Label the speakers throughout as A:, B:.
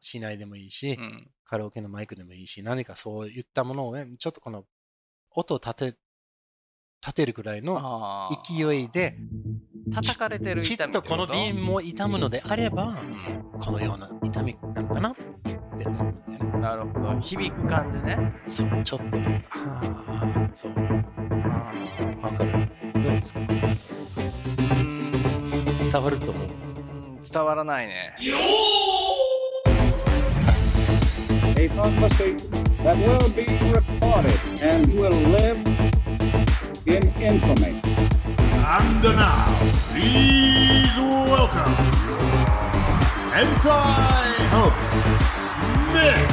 A: 市内でもいいし、
B: うん。
A: カラオケのマイクでもいいし、何かそういったものをね、ちょっとこの音を立て、立てるくらいの
B: ああ。
A: 勢いで、
B: 叩かれてる
A: きっ
B: 痛み
A: とこの瓶も痛むのであれば
B: う、ん。
A: このような痛みなのかなって思うんだよね。
B: なるほど。響く感じね。
A: そう、ちょっと、ああ、そう、
B: あ
A: わかる。どうですか
B: ーうーん。
A: 伝わると思う。
B: 伝わらないね。
C: a prophecy that will be recorded and will live in infamy.
D: And now, please welcome Hentai Hubs, Smith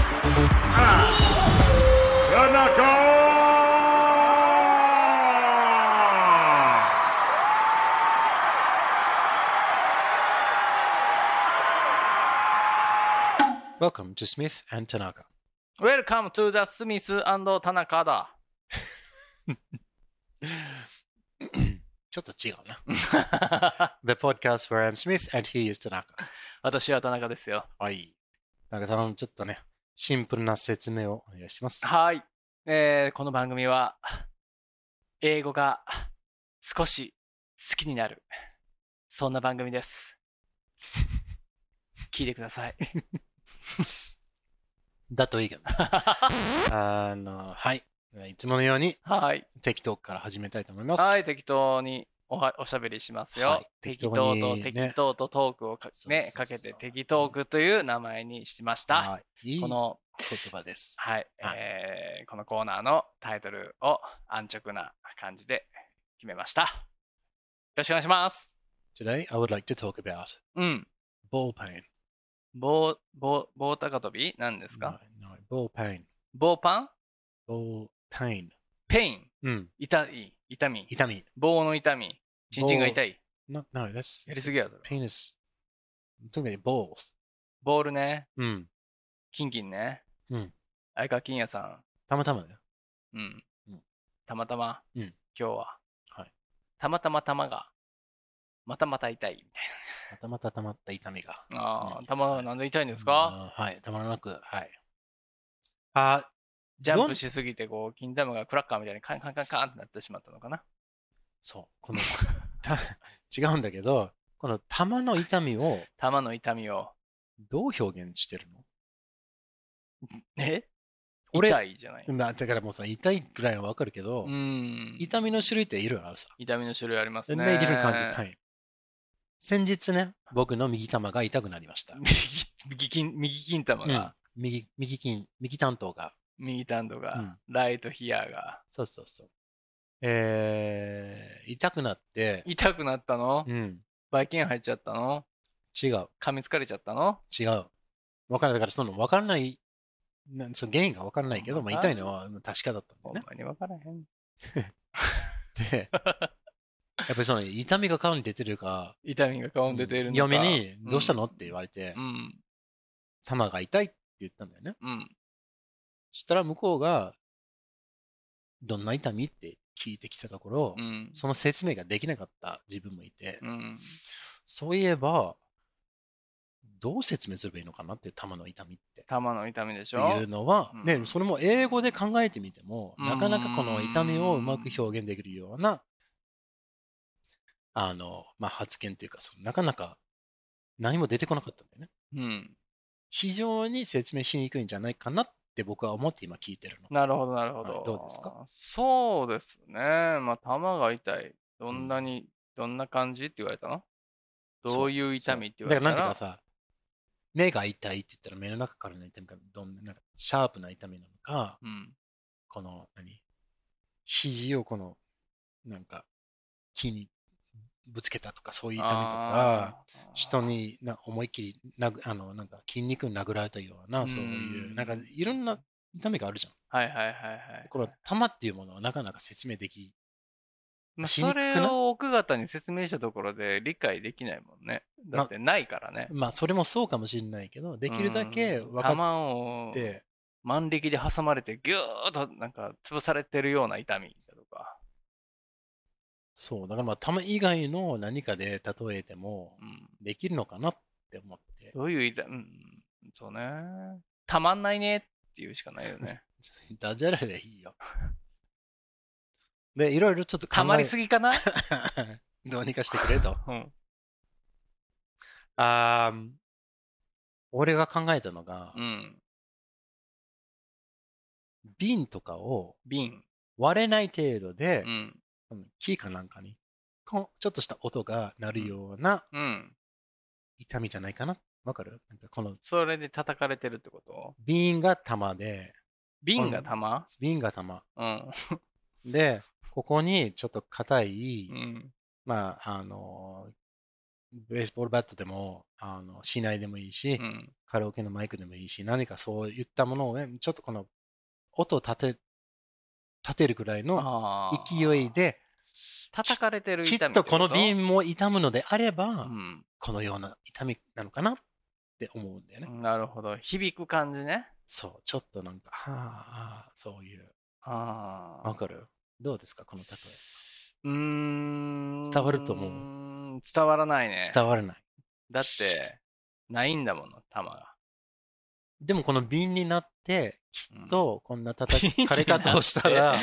D: and Tanaka!
A: わ Welcome to Smith and Tanaka.
B: Welcome to the Smith and 田 中だ。
A: ちょっと違うな。The podcast where I'm Smith and he is Tanaka.
B: 私は田中ですよ。
A: はい。田中さん、ちょっとね、シンプルな説明をお願いします。
B: はい、えーこの番組は英語が少し好きになるそんな番 組です聞いてください
A: だといいけどね。 あの、はい。いつものように
B: はい
A: 適当から始めたいと思います。
B: はい適当におはおしゃべりしますよ、
A: はい
B: 適
A: 適
B: 当
A: 当
B: と
A: にね
B: 適当とトークをか,、
A: そうそうそ
B: ね
A: う、
B: かけて適当クという名前にしました、
A: はい。いい
B: こ
A: 言
B: の
A: 葉です。
B: はい、
A: はい
B: えーこのコーナーのタイトルを安直な感じで決めましたよろしくお願いします
A: Today, I would like to talk about
B: うん。
A: ball pain.
B: 棒、棒、棒高跳び何ですか、
A: No, no, ball pain.
B: 棒パン
A: ball pain.
B: ペイン
A: うん。
B: 痛い痛み
A: 痛み。
B: 棒の痛みチンチンが痛い
A: No, no, that's
B: やりすぎやだろ
A: penis. 特に balls.
B: ボールね
A: うん。
B: キンキンね
A: うん
B: 相川金也さ
A: たまたまだよ。
B: んうん、
A: うん
B: たまたま、
A: うん
B: 今日は、
A: はい
B: たまたま玉がまたまた痛いみたい
A: またまたたまった痛みが。
B: なあ
A: う
B: ー
A: ん
B: 玉はなんで痛いんですか、
A: あーはい、たまらなく、はい。あ、
B: ジャン
A: どん
B: プしすぎてこう金玉がクラッカーみたいにカンカンカンカンってなってしまったのかな
A: そう、この、た 違うんだけど、この玉の痛みを
B: 玉の痛みを
A: どう表現してるの
B: え
A: 俺
B: 痛いじゃない
A: まあだからもうさ、痛いぐらいはわかるけど、
B: うん
A: 痛みの種類っていろいろあるさ。
B: 痛みの種類ありますね。
A: It many different kinds of pain. 先日ね、僕の右玉が痛くなりました。
B: 右右金右金玉
A: うん
B: が、
A: 右、右筋、右担当が。
B: 右単独が、
A: うん
B: ライトヒアーが
A: そうそうそう。えー、痛くなって、
B: 痛くなったの、
A: うん、
B: ばい菌入っちゃったの
A: 違う、
B: 噛みつかれちゃったの
A: 違う。わからない。だから、その、わからない、なその原因がわからないけど、まあ、
B: わか
A: 痛
B: ん
A: いのは確かだったんだ
B: ほ
A: よ
B: ん
A: ね。
B: まに分からへん。
A: で、やっぱりその、痛みが顔に出てるか、
B: 痛みが顔に出ているのか。
A: 嫁に、どうしたのって言われて
B: う、ん
A: 玉が痛いって言ったんだよね。
B: うん
A: そしたら、向こうが、どんな痛みって聞いてきたところ、
B: うん
A: その説明ができなかった自分もいて、
B: うん
A: そういえば、どう説明すればいいのかなって、玉の痛みって。
B: 玉の痛みでし
A: っ
B: ょ
A: ていうのは、
B: うん
A: ね、それも英語で考えてみても、
B: うん
A: なかなかこの痛みをうまく表現できるような、あの、まあ、発言っていうか、そのなかなか何も出てこなかったんだよね。
B: うん。
A: 非常に説明しにくいんじゃないかなって僕は思って今聞いてるの。
B: なるほどなるほ
A: は
B: ど
A: い。どうですか
B: そうですね。まあ玉が痛い。どんなに、どんな感じって言われたのどういう痛みって言われた
A: だからなんていうかさ、目が痛いって言ったら目の中からの痛みがどんな、なんかシャープな痛みなのか、
B: うん
A: この、何肘をこの、なんか、木にぶつけたとか、そういう痛みとか、
B: あー
A: 人にな思いっきりなぐあのなんか筋肉に殴られたよう
B: う
A: なんそういうなんかいろんな痛みがあるじゃん。
B: はいはいはいはい。
A: この玉っていうものはなかなか説明でき
B: まあ、
A: しに
B: そ
A: くくない
B: れを奥方に説明したところで理解できないもんね。だってないからね。
A: まあそれもそうかもしれないけどできるだけ
B: うん
A: 分か
B: 弾を
A: って
B: 万力で挟まれてギューッとなんか潰されてるような痛みだとか。
A: そうだからまあ玉以外の何かで例えても
B: うん
A: できるのかなって思って
B: どういう痛み、うんそうね。たまんないねっていうしかないよ ね。
A: ダジャレでいいよ。で、いろいろちょっと考え
B: たまりすぎかな
A: どうにかしてくれ と。
B: うん。
A: あー俺が考えたのが、
B: うん。
A: 瓶とかを
B: 瓶。
A: 割れない程度で
B: う、ん。
A: うん木かなんかに、こうちょっとした音が鳴るような
B: うん。
A: 痛みじゃないかな。わかるなんかこの
B: それで叩かれてるってこと
A: 瓶が玉で、
B: 瓶が玉
A: 瓶が玉。
B: うん。
A: で、ここにちょっと硬い、
B: うん。
A: まあ、あの、ベースボールバットでも、あの、市内でもいいし、
B: うん。
A: カラオケのマイクでもいいし、何かそういったものをね、ちょっとこの音を立て、立てるぐらいの
B: ああ。
A: 勢い。で、
B: 叩かれてる
A: き
B: 痛み
A: っとこの
B: ってと
A: 瓶も痛むのであれば、
B: うん。
A: このような痛みなのかなって思うんだよね。
B: なるほど。響く感じね。
A: そう、ちょっとなんか、はあ、はあ、そういう。
B: ああ。
A: わかるどうですかこの例
B: うーん。
A: 伝わると思う
B: 思う。伝わらないね
A: え。。伝わらない。
B: だって、ないんだもの、玉が。
A: でもこの瓶になって、きっとこんな叩
B: 瓶にな
A: かれ方をしたら、こん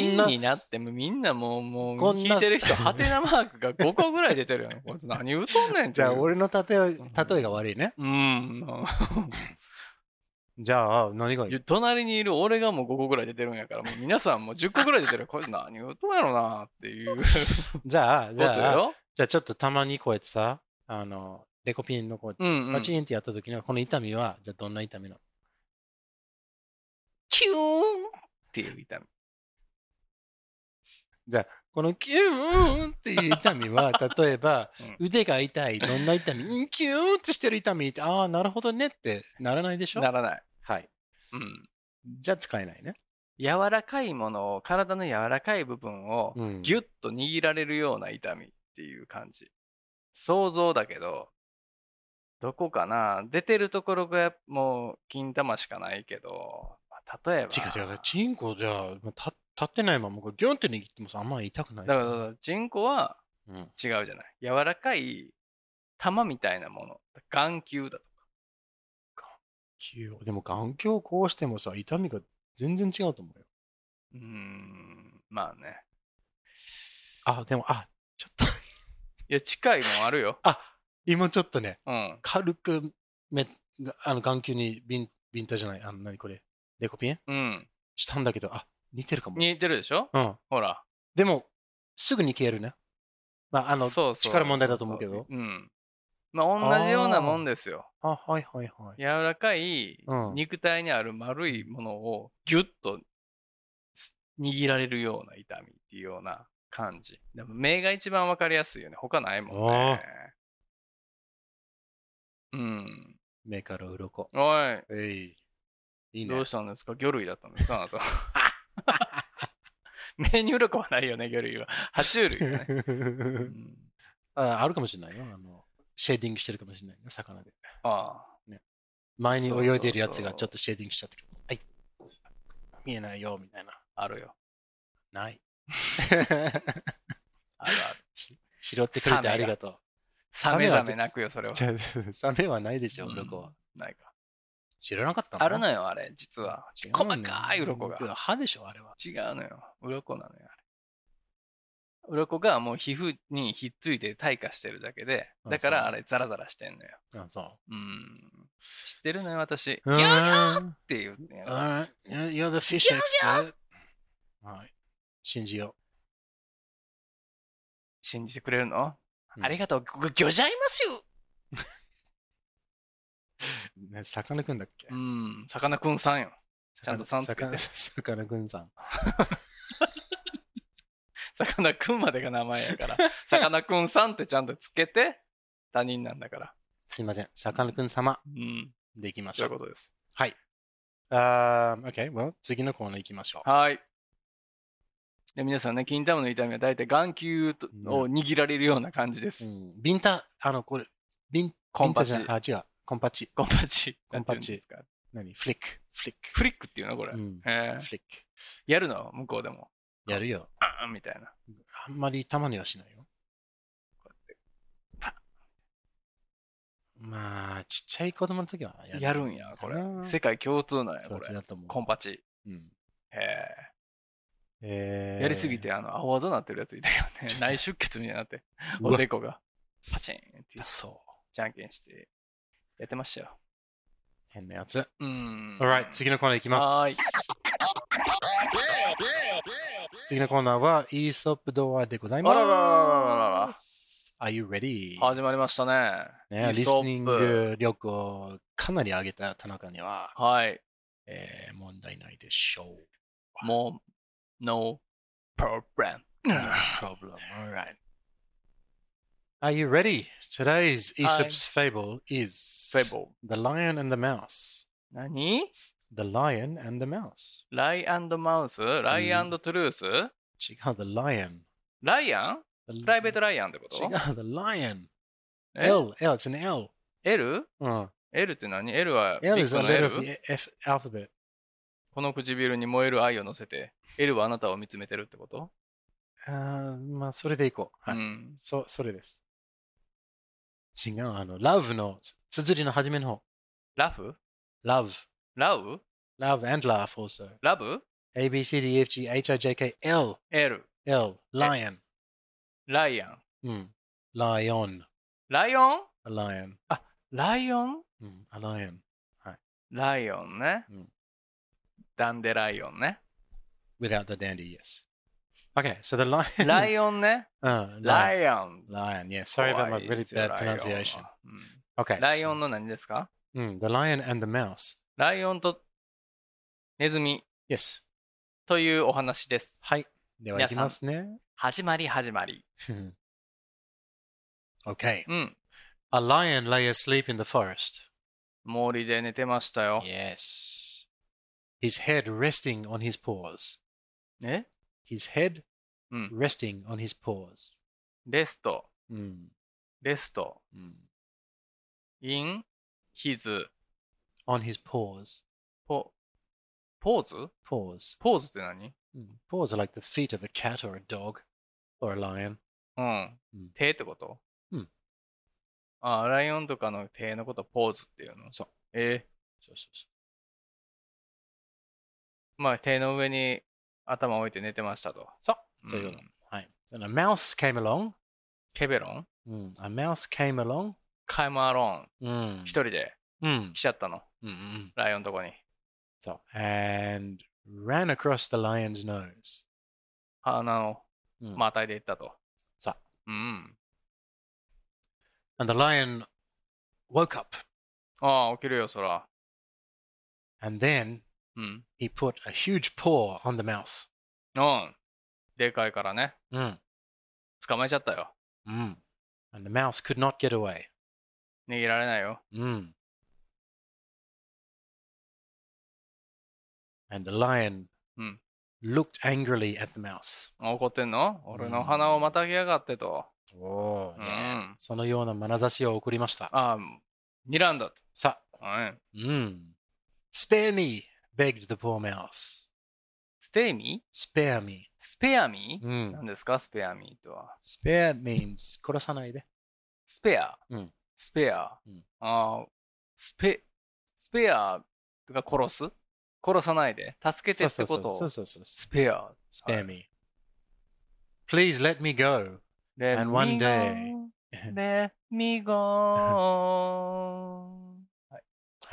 B: 瓶
A: な
B: になってもうみんなもうもう
A: こん
B: 聞
A: ない
B: てる人ハテナマークが5個ぐらい出てるよ ねこいつ何言うとんねんっていう
A: じゃあ俺の例え例えが悪いね。
B: うん
A: じゃあ何がい
B: い
A: い
B: や隣にいる俺がもう5個ぐらい出てるんやからもう皆さんもう10個ぐらい出てるこいつ何言うとんやろなっていうこと
A: じゃあ、じゃあ、
B: よ
A: じゃあちょっとたまにこうやってさ、あの、デコピンのこう、
B: うんうん
A: パチンってやった時のこの痛みは、じゃあどんな痛みなの
B: キューンっていう痛み
A: このキューンっていう痛み は、例えば、腕が痛い、どんな痛み、うんキューンってしてる痛みって、ああ、なるほどねってならないでしょ
B: ならない、
A: はい。
B: うん、
A: じゃあ使えないね。
B: 柔らかいものを体の柔らかい部分を
A: うん
B: ギュッと握られるような痛みっていう感じ想像だけどどこかな出てるところがもう金玉しかないけど、まあ例えば
A: 違う違う。チンコじゃあ、また立ってないまま、こうギュンって握ってもさ、あんまり痛くないで
B: だ
A: す
B: か
A: よ
B: ら
A: ね
B: だからチンコは
A: うん。
B: 違うじゃない柔らかい玉みたいなもの眼球だと
A: 急でも眼鏡こうしてもさ、痛みが全然違うと思うよ。
B: うーんまあね
A: あ、でも、あ、ちょっと、
B: いや近いもんあるよ
A: あ、今ちょっとね、
B: うん
A: 軽くめ、あの、眼球にビン、ビンタじゃない、あの、何これ、デコピン
B: うん
A: したんだけど、あ、似てるかも。
B: 似てるでしょ
A: うん。
B: ほら
A: でも、すぐに消えるね。まあ、あの、
B: そうそう
A: 力問題だと思うけど。
B: うんまあ同じようなもんですよ
A: あ、はいはいはい。
B: 柔らかい
A: うん
B: 肉体にある丸いものをギュッとす握られるような痛みっていうような感じ。でも目が一番わかりやすいよね。他ないもんね。うん。
A: 目から鱗。
B: おい、
A: えい。いい
B: ど
A: ね
B: う。したんですか魚類だったんですかあなた。 目に鱗はないよね、魚類は。爬虫類 だね。うん、
A: ああるかもしれないよ。あの、シェーディングしてるかもしれないね、魚で。
B: あ
A: 前に泳いでるやつ
B: そうそうそ
A: が
B: う
A: ちょっとシェーディングしちゃってはい。見えないよ、みたいな。
B: あ、あるよ。
A: ない。
B: あるある。
A: 拾ってくれてありがとう。
B: サメ
A: メは
B: ザメ泣くよ、それは。
A: サメはないでしょ、鱗
B: う
A: は
B: ん。ないか。
A: 知らなかった
B: あるの
A: よ、
B: よ、あれ、実は。
A: 違うの
B: 細
A: よ
B: かい鱗が。
A: 歯でしょ、あれは。
B: 違うのよ。鱗なのよ、あれ。鱗がもう皮膚にひっついて退化してるだけで、
A: あ
B: だから
A: そう
B: あれザラザラしてんのよ。
A: あ、そう
B: ーん。知ってるのよ、私。
A: う。
B: ギャーギャー
A: ー
B: っ
A: ん。
B: て言うね。
A: Alright, you're the fish expert. はい。信じよ
B: 信じてくれるの
A: うん
B: ありがとう。ごぎょじゃいますよ
A: う。ね、さかなクンだっけ
B: うん。さかなクンさんよ。ちゃんとさんつけ て
A: さかなクンさん。
B: さかなクンまでが名前 やから。さかなクンさんってちゃんとつけて、他人なんだから。
A: すいません。さかなクン様
B: うん。
A: でいきまし
B: そう
A: ょ
B: いう
A: う。
B: ことです。
A: あー OK, well, 次のコーナー行きましょう。
B: はい。で皆さんね、金玉の痛みは大体眼球と
A: うん
B: を握られるような感じです。
A: うん、ビンタ、あの、これ、ビン、
B: コンパチ
A: ビンタじゃないあ、違う。コンパチ。
B: コンパチ。
A: コンパチ
B: なんて言うんですか
A: 何フリック。フリック。
B: フリックっていうのこれ。
A: うん
B: へえ
A: フリック。
B: やるの向こうでも。
A: やるよ。
B: あーみたいな。
A: あんまりたまにはしないよ。
B: パ
A: まあ、ちっちゃい子供の時は
B: やるんや、これ。世界共通なんや、こ
A: これ
B: れ。
A: だと思
B: コンパチ。
A: う。うん
B: へえ。
A: えー
B: やりすぎて、あの、青あざなってるやついたよね。 内出血みたいになって、
A: うわ
B: おでこが、パチンって
A: あ、、そう。
B: じゃんけんして、やってましたよ。
A: 変なやつ。
B: うん。
A: Alright、次のコーナーいき
B: は
A: ま
B: ーい
A: す。次のコーナーは、イーソップドアでございます。
B: あらららららら
A: Are you ready?
B: 始まりましたね。
A: ね、
B: イ
A: リ
B: ー
A: ス
B: ソップ
A: ニン。グ力をかなり上げた田中には、
B: はい。
A: えー問題ないでしょう。
B: もう、no problem.
A: No problem. Alright. Are you ready? Today's Aesop's fable is
B: Fable.
A: The Lion and the Mouse.
B: 何
A: The Lion and the Mouse.
B: ライアンドマウスライアンドトゥルース
A: 違う、The Lion.
B: ライアン
A: The
B: プライベートライアンってこと
A: 違う、The Lion.
B: え
A: L, L, it's an L.
B: L?
A: うん。
B: L って何 ?L は
A: L
B: ビ
A: is
B: ッ
A: a
B: グの
A: letter
B: L?
A: of the F alphabet.
B: この唇に燃える愛を乗せて、L はあなたを見つめてるってこと、
A: あーまあ、それでいこう。はい。
B: うん。
A: そ、それです。違う、あの、love の、つづりの初めの方。
B: ラフ
A: love,
B: ラウ
A: love and laugh also.
B: ラブ
A: A, B, C, D, E, F, G, H, I, J, K, L,
B: ?L。
A: L, lion.
B: ライアン。
A: うん。lion,
B: ライオン
A: a lion.
B: ライオン
A: うん、a lion.
B: ライオンね、
A: うん
B: ダンデライオンね。
A: Without the dandy, yes. Okay, so the lion.
B: ライオンね。
A: uh,
B: ラ
A: lion.
B: イオン。
A: Lion, yeah. Sorry about my
B: 怖い
A: really
B: ですよ
A: bad pronunciation.
B: ライオンは
A: Okay.
B: うんライオ
A: so-
B: ンの何ですか
A: Mm, the lion and the mouse.
B: ライオンとネズミ
A: Yes.
B: というお話です。
A: はい。では
B: 皆
A: い
B: さ
A: き
B: ん
A: ますね。
B: 始まり始まり。
A: Hmm. okay.
B: うん。
A: A lion lay asleep in the forest.
B: 森で寝てましたよ。
A: Yes. His head resting on his paws.
B: ね
A: His head
B: うん
A: resting on his paws.
B: レスト、
A: Mm,
B: レスト、
A: mm.
B: in his、
A: On his paws.
B: ポ、ポーズ
A: Paws.
B: ポーズって何
A: Mm. Paws are like the feet of a cat or a dog or a lion.
B: うん。
A: うん
B: 手ってこと
A: うん。
B: ああ、ライオンとかの手のことポーズっていうの
A: そう。
B: え
A: So, so, so.
B: ーまあ手の上に頭を置いて寝てましたと。そ
A: そういうこと。はい。And a mouse came along.
B: ケベロン
A: Mm. A mouse came along.
B: カイマーロン。
A: Mm.
B: 一人で
A: Mm.
B: 来ちゃったの。
A: Mm, mm, mm.
B: ライオンのとこに。
A: So, and ran across the lion's nose.
B: 鼻を、
A: うん
B: またいでいったと。
A: さ。
B: うん。
A: And the lion woke up.
B: ああ、起きるよ、そら。
A: And then
B: うん。
A: he put a huge paw on the mouse.
B: うん。でかいからね。
A: Mm.
B: 捕まえちゃったよ。
A: Mm. And the mouse could not get away.
B: 逃げられないよ。
A: Mm. And the lion
B: Mm.
A: looked angrily at the mouse.
B: あ怒ってんの俺の鼻をまたぎやがってと。
A: Oh,
B: うん。
A: yeah.
B: あ
A: そのような眼差しを送りました。
B: あ、睨んだと。
A: さ、
B: うん。
A: うん。Spare me, begged the poor mouse.
B: ステイミー
A: Spare me. Hmm.
B: スペアミー、
A: うん。
B: 何ですかスペアミーとは。
A: spare means 殺さないで。
B: スペア、
A: うん
B: スペア、
A: うん
B: あースペ、スペアが殺す殺さないで。助けてってこと
A: そうそうそうそ
B: スペア。
A: う。spare me. Please let me go.
B: レ
A: And one day.
B: レミゴ
A: は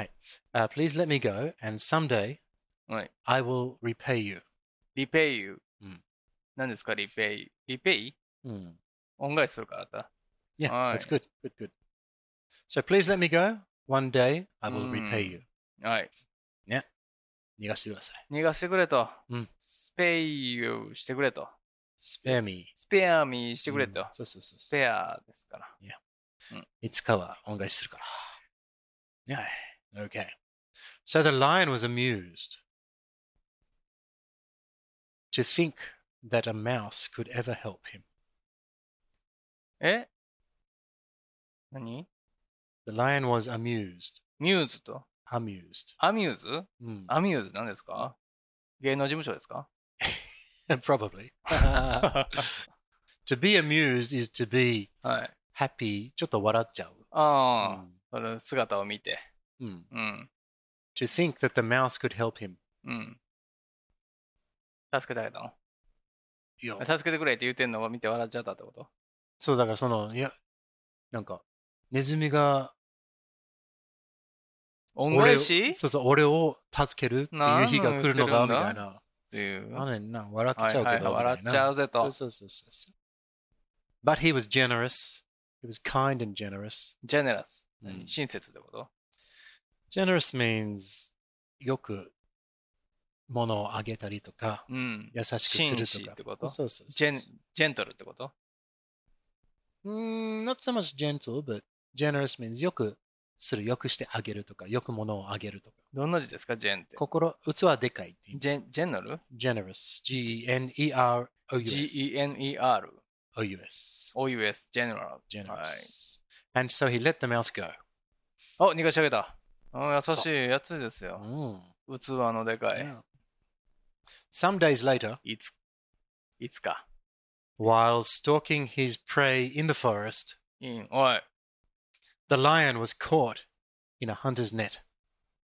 A: い。Uh, please let me go and someday
B: ー。はい。
A: I will repay you.
B: リペイユ。
A: うん
B: 何ですかリペイリペイ
A: うん
B: 恩返しするからだ。
A: Hmm. Yeah,
B: はい
A: that's good. Good, good. So please let me go. One day I will
B: うん
A: repay you.
B: はい。
A: 逃がしてください。
B: 逃がしてくれと。
A: うん
B: スペイユしてくれと。
A: spare me. Hmm.
B: スペアミーしてくれと。
A: うんそうそうそう
B: ス
A: そう。
B: ペアですから。
A: いつかは恩返しするから。Yeah. Okay. So the lion was amused to think that a mouse could ever help him.
B: え何
A: The lion was amused.
B: ミューズと
A: Amused.
B: アミューズ
A: Mm.
B: アミューズ何ですか芸能事務所ですか
A: Probably.
B: は
A: to be amused is to be
B: い。
A: happy. ちょっと笑っちゃう。
B: ああ、
A: うん
B: その姿を見て、
A: うん。
B: う
A: Mm.
B: ん、
A: To think that the mouse could help him.
B: うん。助けてあげたの
A: いや、
B: 助けてくれって言ってんのを見て笑っちゃったってこと
A: そうだからその、いや、なんか、ネズミが
B: 恩
A: 俺
B: 返
A: を
B: しっ
A: そうそう、俺を助けるっていう日が来るのが、
B: なん
A: みた
B: なん言ってるんだ
A: いな。
B: ていう。
A: あれな、笑っちゃうけど、
B: は
A: みた
B: いはいはい
A: いな
B: 笑っちゃうぜと
A: そうそうそうそう。But he was generous. He was kind and generous.
B: ジェネラス
A: う。ん
B: 親切ってこと
A: Generous means よく物をあげたりとか、
B: うん。
A: 優しくす
B: 紳士
A: る
B: って
A: と
B: こ
A: か。
B: と
A: そうそう
B: ジ
A: そ
B: ェ
A: う
B: ンジェントルってこと
A: Mm, not so much gentle, but generous means よくする、よくしてあげるとか、よく物をあげるとか。
B: どんな字ですかジェンって。
A: 心、器でかいって意味。
B: ジェンジェンノル
A: generous. E
B: E-
A: G-E-N-E-R-O-U-S.
B: ?G-E-N-E-R
A: O-U-S.
B: O-U-S ジェネラル。はい
A: Generous. And so he let the mouse go.
B: お、逃がしてあげた。うん優しいやつですよ。
A: Mm.
B: 器のでかい。
A: Yeah. Some days later,
B: いつ、いつか。
A: while stalking his prey in the forest,
B: いいんおい。
A: the lion was caught in a hunter's net.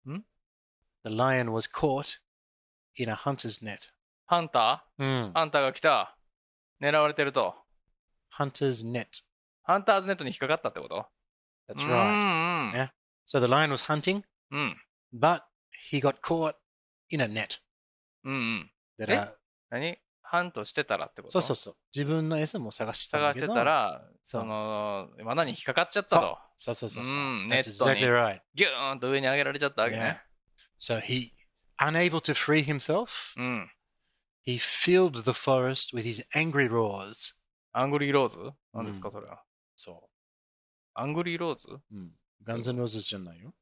B: Hmm?
A: The lion was caught in a hunter's net.
B: ハンタ
A: Mm.
B: ーハンターが来た。狙われてると。
A: Hunter's net.
B: ハンターズネットに引っかかったってこと
A: That's
B: Hmm.
A: right.
B: うんうん
A: So the lion was hunting,
B: うん。
A: but he got caught in a net
B: うんうん。
A: that
B: Eh?
A: uh,
B: 何ハントしてたらってこと
A: そうそうそう。自分の餌も探してたんだ
B: 探し
A: け
B: て
A: ど。
B: たら、
A: そう
B: その、罠に引っかかっちゃったと。
A: そうそうそうそう。
B: うんネ
A: That's
B: ットに
A: exactly right.
B: ギューンと上に上げられちゃったわけね。
A: So he, unable to free himself,
B: うん。
A: he filled the forest with his angry roars.
B: アングリーローズ何ですか、
A: うん
B: それは。
A: そ
B: アングリーローズ
A: う。うん。ガンズローズじゃないよ。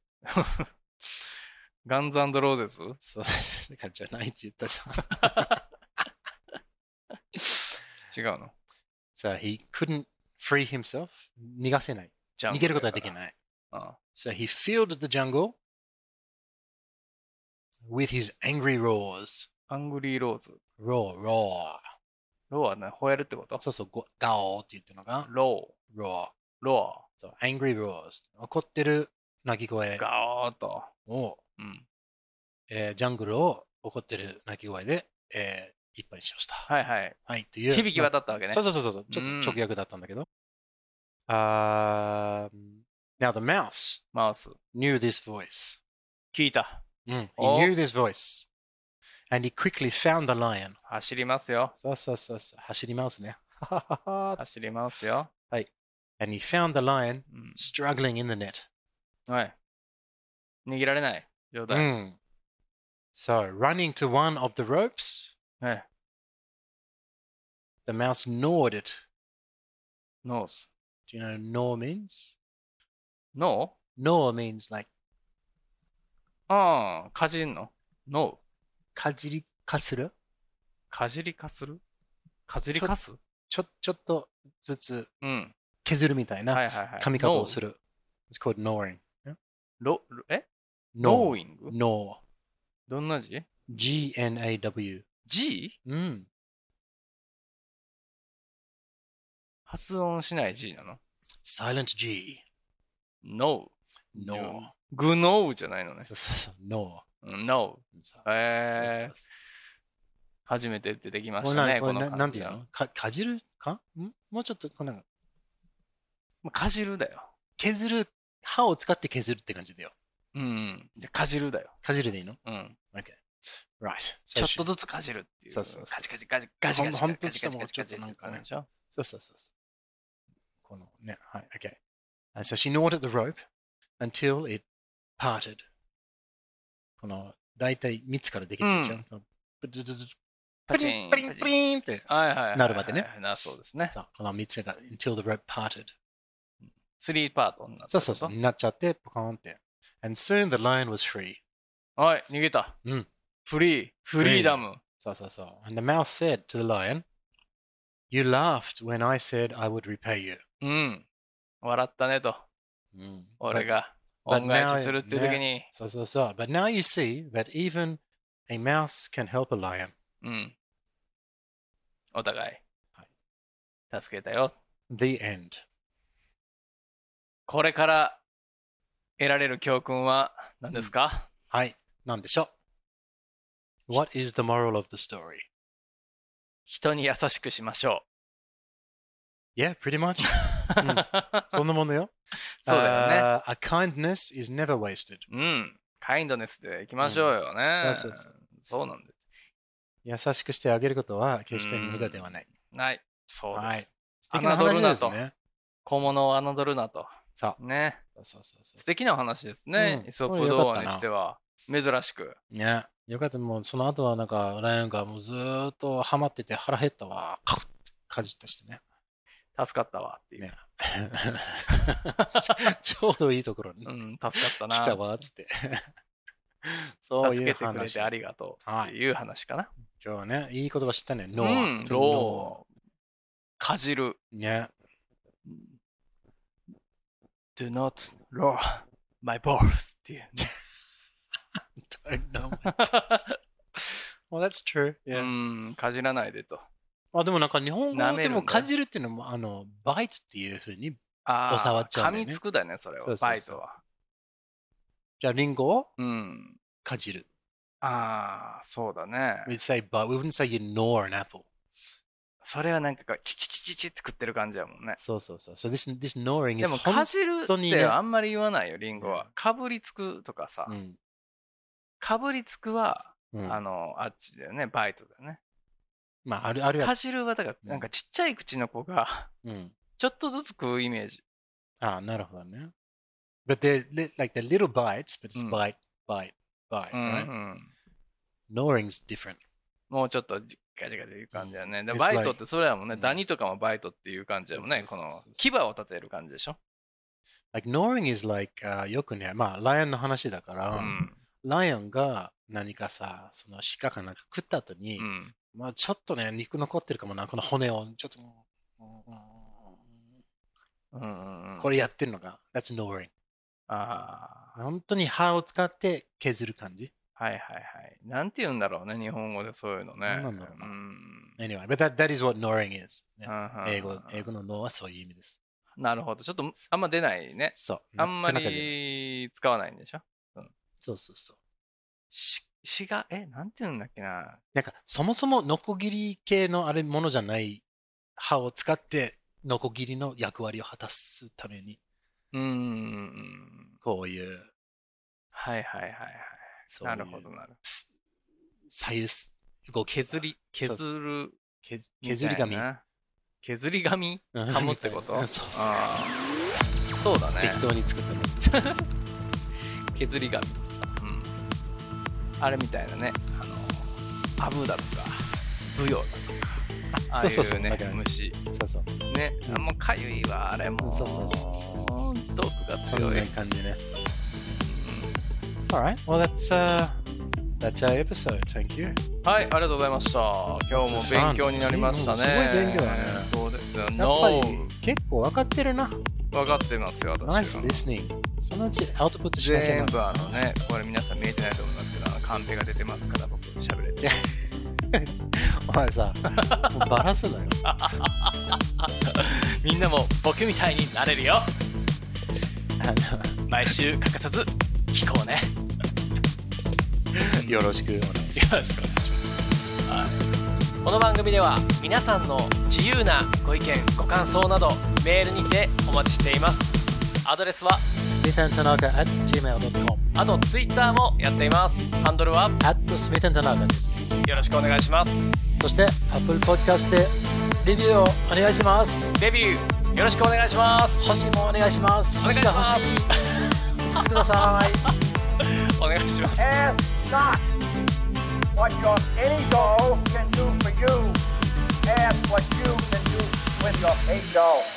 B: ガンズローゼス
A: そう。 だからじゃないって言ったじゃん。
B: 違うの
A: so he couldn't free himself. 逃がせない。
B: じゃ
A: 逃げることはでき
B: い。
A: ない。
B: あ
A: So he filled the jungle with his angry roars.
B: アングリーローズ。
A: Roar, roar.
B: ローはね、吠えるってこと
A: そうそう、ごガオーって言ったのが、
B: ロ
A: roar.
B: ー、ロ
A: そう、angry roars。怒ってる鳴き声
B: ー、ガオーっと。
A: を、
B: うん。
A: えージャングルを怒ってる鳴き声で、えー、いっぱいにしました。
B: はいはい。
A: はい、っていう。
B: 響き渡ったわけね
A: そ。うそうそうそう。ちょ
B: うん
A: っと直訳だったんだけど。あー now the mouse
B: マウス。
A: knew this voice. Mm,
B: 聞いた。
A: うん、he
B: お
A: knew this voice. And he quickly found the lion.
B: 走りますよ。
A: そうそうそうそう。走りますね。はははは
B: 走りますよ。
A: And he found the lion
B: うん。
A: struggling in the net.
B: はい。逃げられない状態。
A: Mm. So, running to one of the ropes,
B: はい。
A: the mouse gnawed it.
B: ノース。
A: Do you know gnaw means?
B: ノ
A: Gnaw means like
B: ーああ、かじんのノー。
A: kajiri kasura.
B: かじりかするかじりかす
A: ちょちょっとずつ
B: うん。
A: 削るみたい
B: はい
A: な
B: はいはい。
A: 噛み方をす
B: る。
A: る。It's called gnawing.
B: ロロえノー
A: Gnaw.
B: イング
A: Gnaw.
B: どんな字
A: G-N-A-W.
B: ?G?
A: うん。
B: 発音しない G なの
A: Silent G.
B: ?No.
A: Gnaw.
B: グノーじゃないのね。
A: そうそうそう。Gnaw.
B: うん No.
A: そうそう
B: え
A: そう
B: ー、初めて出てきま
A: こ
B: し
A: れ
B: た
A: 何
B: ね。
A: こ
B: こ
A: れ
B: の
A: な
B: 感
A: なんて
B: じ
A: いう
B: は
A: のかかじるかんもうちょっとこんなの
B: まあかじるだよ。
A: 削る歯を使って削るって感じだよ。
B: うんうん。じゃかじるだよ。
A: かじるでいいの
B: うん。
A: Right.
B: ちょっと
A: と
B: ずつかじるっていう。
A: そうそうそう
B: カチカチカチカチカチカチ
A: ほんほん
B: カ
A: と
B: チ
A: し
B: カ
A: た
B: チ
A: も
B: カ
A: ん
B: チ
A: ちょ
B: カ
A: っ
B: チ
A: となんか
B: カ
A: ね
B: チでしょ
A: そうそうそうそう。このね、はい、OK。And so she gnawed at the rope until it parted. この、だいたい3つからできてるじゃん。プリン
B: パ
A: プ
B: チ
A: リ
B: ン
A: ンプリンプリンって。
B: はいはいはいはい。
A: なるまでね。
B: なそうですね。
A: そう、この3つが until the rope parted.
B: スリーパートになっ
A: そ
B: た。
A: うそうそう。。になっちゃって、ポカーンって。And soon the lion was free.
B: はい、逃げた。
A: うん。
B: フリー。フリーダム。
A: そうそうそう。And the mouse said to the lion, You laughed when I said I would repay you.
B: うん。笑ったねと。俺が
A: But- but
B: 恩返しするっていう時
A: now-
B: に。
A: So, so, so. But now you see that even a mouse can help a lion.
B: うん。お互い
A: は。
B: 助けたよ。
A: The end.
B: これから得られる教訓は何ですか、
A: はい。なんでしょう ?What is the moral of the story?
B: 人に優しくしましょ
A: Yeah, pretty much. うん
B: う。
A: そんなもんだ よ。
B: そうだよね。
A: ね。A kindness is never wasted.
B: うん。カインドネスでいきましょうよね。
A: うんそうそうそ
B: そうなんです。
A: 優しくしてあげることは決して無駄ではない。
B: ない。そうです。
A: はい素敵な話です
B: 侮る
A: ね。
B: 小物を侮るなと。
A: そ
B: ね。
A: そうそうそうそう
B: 素敵な話ですね。
A: うん
B: イソッ
A: そ
B: プ
A: れ良
B: 童
A: かった
B: 話
A: な
B: にしては。珍しく。
A: ね。よかった。もうその後はなんか、ライオンがもうずーっとハマってて腹減ったわ。カッかじったしてね。
B: 助かったわっていう。
A: ねちょうどいいところに
B: うん、助かったな。
A: 来たわ、つって。 そう
B: 助
A: いう
B: けてくれ
A: 話。
B: てありがとうっていう話かな。
A: 今日はね、いい言葉知ったね。ノ
B: うん、
A: ー。
B: ロー。かじる。
A: ー。 ね。
B: do not roar my balls っていうね。
A: Don't know. Well, that's true.
B: う
A: Yeah.
B: ん、かじらないでと。
A: あでもなんか日本
B: 舐
A: 語
B: め
A: で
B: るんだ
A: もかじるっていうのも、あの、バイトっていうふうに、
B: あ
A: お触っ
B: あ、
A: ちゃう
B: 噛
A: んだよ
B: み
A: ね
B: つくだよね、それは
A: そ。うそうそう
B: バイトは。
A: じゃあリンゴを
B: うん。
A: かじる。
B: ああ、そうだね。
A: We'd say, but we wouldn't say you gnaw an apple.
B: それはなんかこう、チチチチチって食ってる感じやもんね。
A: そうそうそう。So this, this gnawing
B: で
A: is
B: も、
A: 本
B: かじるっ
A: 当にね
B: てあんまり言わないよ、リンゴは
A: う。
B: かぶりつくとかさ
A: う。ん
B: かぶりつくは、
A: うん
B: あの、あっちだよね、バイトだよね。
A: まあ、あるあるや
B: かじるは、だから、
A: うん
B: なんかちっちゃい口の子が、
A: うん。
B: ちょっとずつ食うイメージ。
A: ああ、なるほどね。But they're li- like they're little bites, but it's
B: うん
A: bite, bite, bite,
B: うん、う
A: right?
B: ん。
A: Gnawing's different.
B: もうちょっとじガチガチいう感じだよね。で、
A: It's
B: バ
A: like-
B: イトってそれやもんね。
A: うん
B: ダニとかもバイトっていう感じだもんね。
A: そ
B: こ
A: うそ
B: の
A: うそうそう
B: 牙を立てる感じでしょ。
A: Like gnawing is like、uh, よくね、まあ、ライオンの話だか
B: う
A: ら、
B: ん。
A: ライオンが何かさ、その鹿かなんか食った後に、
B: うん。
A: まあ、ちょっとね、肉残ってるかもな、この骨を、ちょっともううん
B: うんうんうん。
A: これやってるのが、that's gnawing.
B: あ
A: 本当に歯を使って削る感じ。
B: あ。はいはいはい。なんて言うんだろうね。日本語でそういうのね。
A: 何なんだろうな
B: うん。
A: Anyway, but that, that is what gnawing is. ね
B: うんうん
A: 英語英語の脳はそういう意味です。
B: なるほど。ちょっとあんま出ないね。
A: そう。
B: あんま
A: なかなか出ない
B: り使わないんでしょ。
A: そうそうそう。
B: し、しが、え、なんて言うんだっけな。
A: なんか、そもそもノコギリ系のあれものじゃない歯を使って、ノコギリの役割を果たすために、
B: うんうんうん。
A: こういう、
B: はいはいはいはい。
A: そうい
B: な
A: う
B: るほどなるほど。
A: す左右す動き
B: 削り、
A: そう
B: 削る。
A: け削り紙。
B: みたいな削り紙
A: うん
B: かもってこと
A: そうそう。
B: あーそうだね
A: 適当に作ったの。
B: 削り紙とかさ、うん、あれみたいなねあのパブだとか舞踊だとかああ
A: そうそうそう
B: いうね
A: だから
B: 虫
A: そうそう。
B: ねあもうかゆいわあれも
A: そうそうそうそう
B: 毒が
A: そん
B: 強い
A: な感じね。Alright, well that's, uh, that's our episode. Thank you.
B: はいありがとうございました今日も勉強になりましたね
A: すごい勉強だね
B: そうですよ
A: やっぱ
B: No
A: り結構分かってるな。
B: 分かってますよ私は
A: Nice listening. そのうちアウトプットしなきゃ
B: 全
A: な。
B: 部あのね、これ皆さん見えてないと思いますけど、あのカンペが出てますから、僕喋れて。
A: お前さ、もうバラすな よ。
B: みんなも僕みたいになれるよ
A: あ
B: 毎週欠かさず聞こうね。
A: のよろしくお願いします。
B: よろしくお願いします。はいこの番組では皆さんの自由なご意見、ご感想などメールにてお待ちしています。アドレスは、
A: smithandtanaka at gmail.com
B: あと Twitter もやっています。ハンドルは
A: at smithandtanaka です
B: よろしくお願いします。
A: そして Apple Podcast でレビューをお願いします
B: デビューよろしくお願いします。
A: 星もお願いします
B: 願い
A: 星
B: し
A: が
B: ま
A: 欲
B: す
A: しい5つください
B: お願いします。
E: Ask not what your ego can do for you. Ask what you can do with your ego.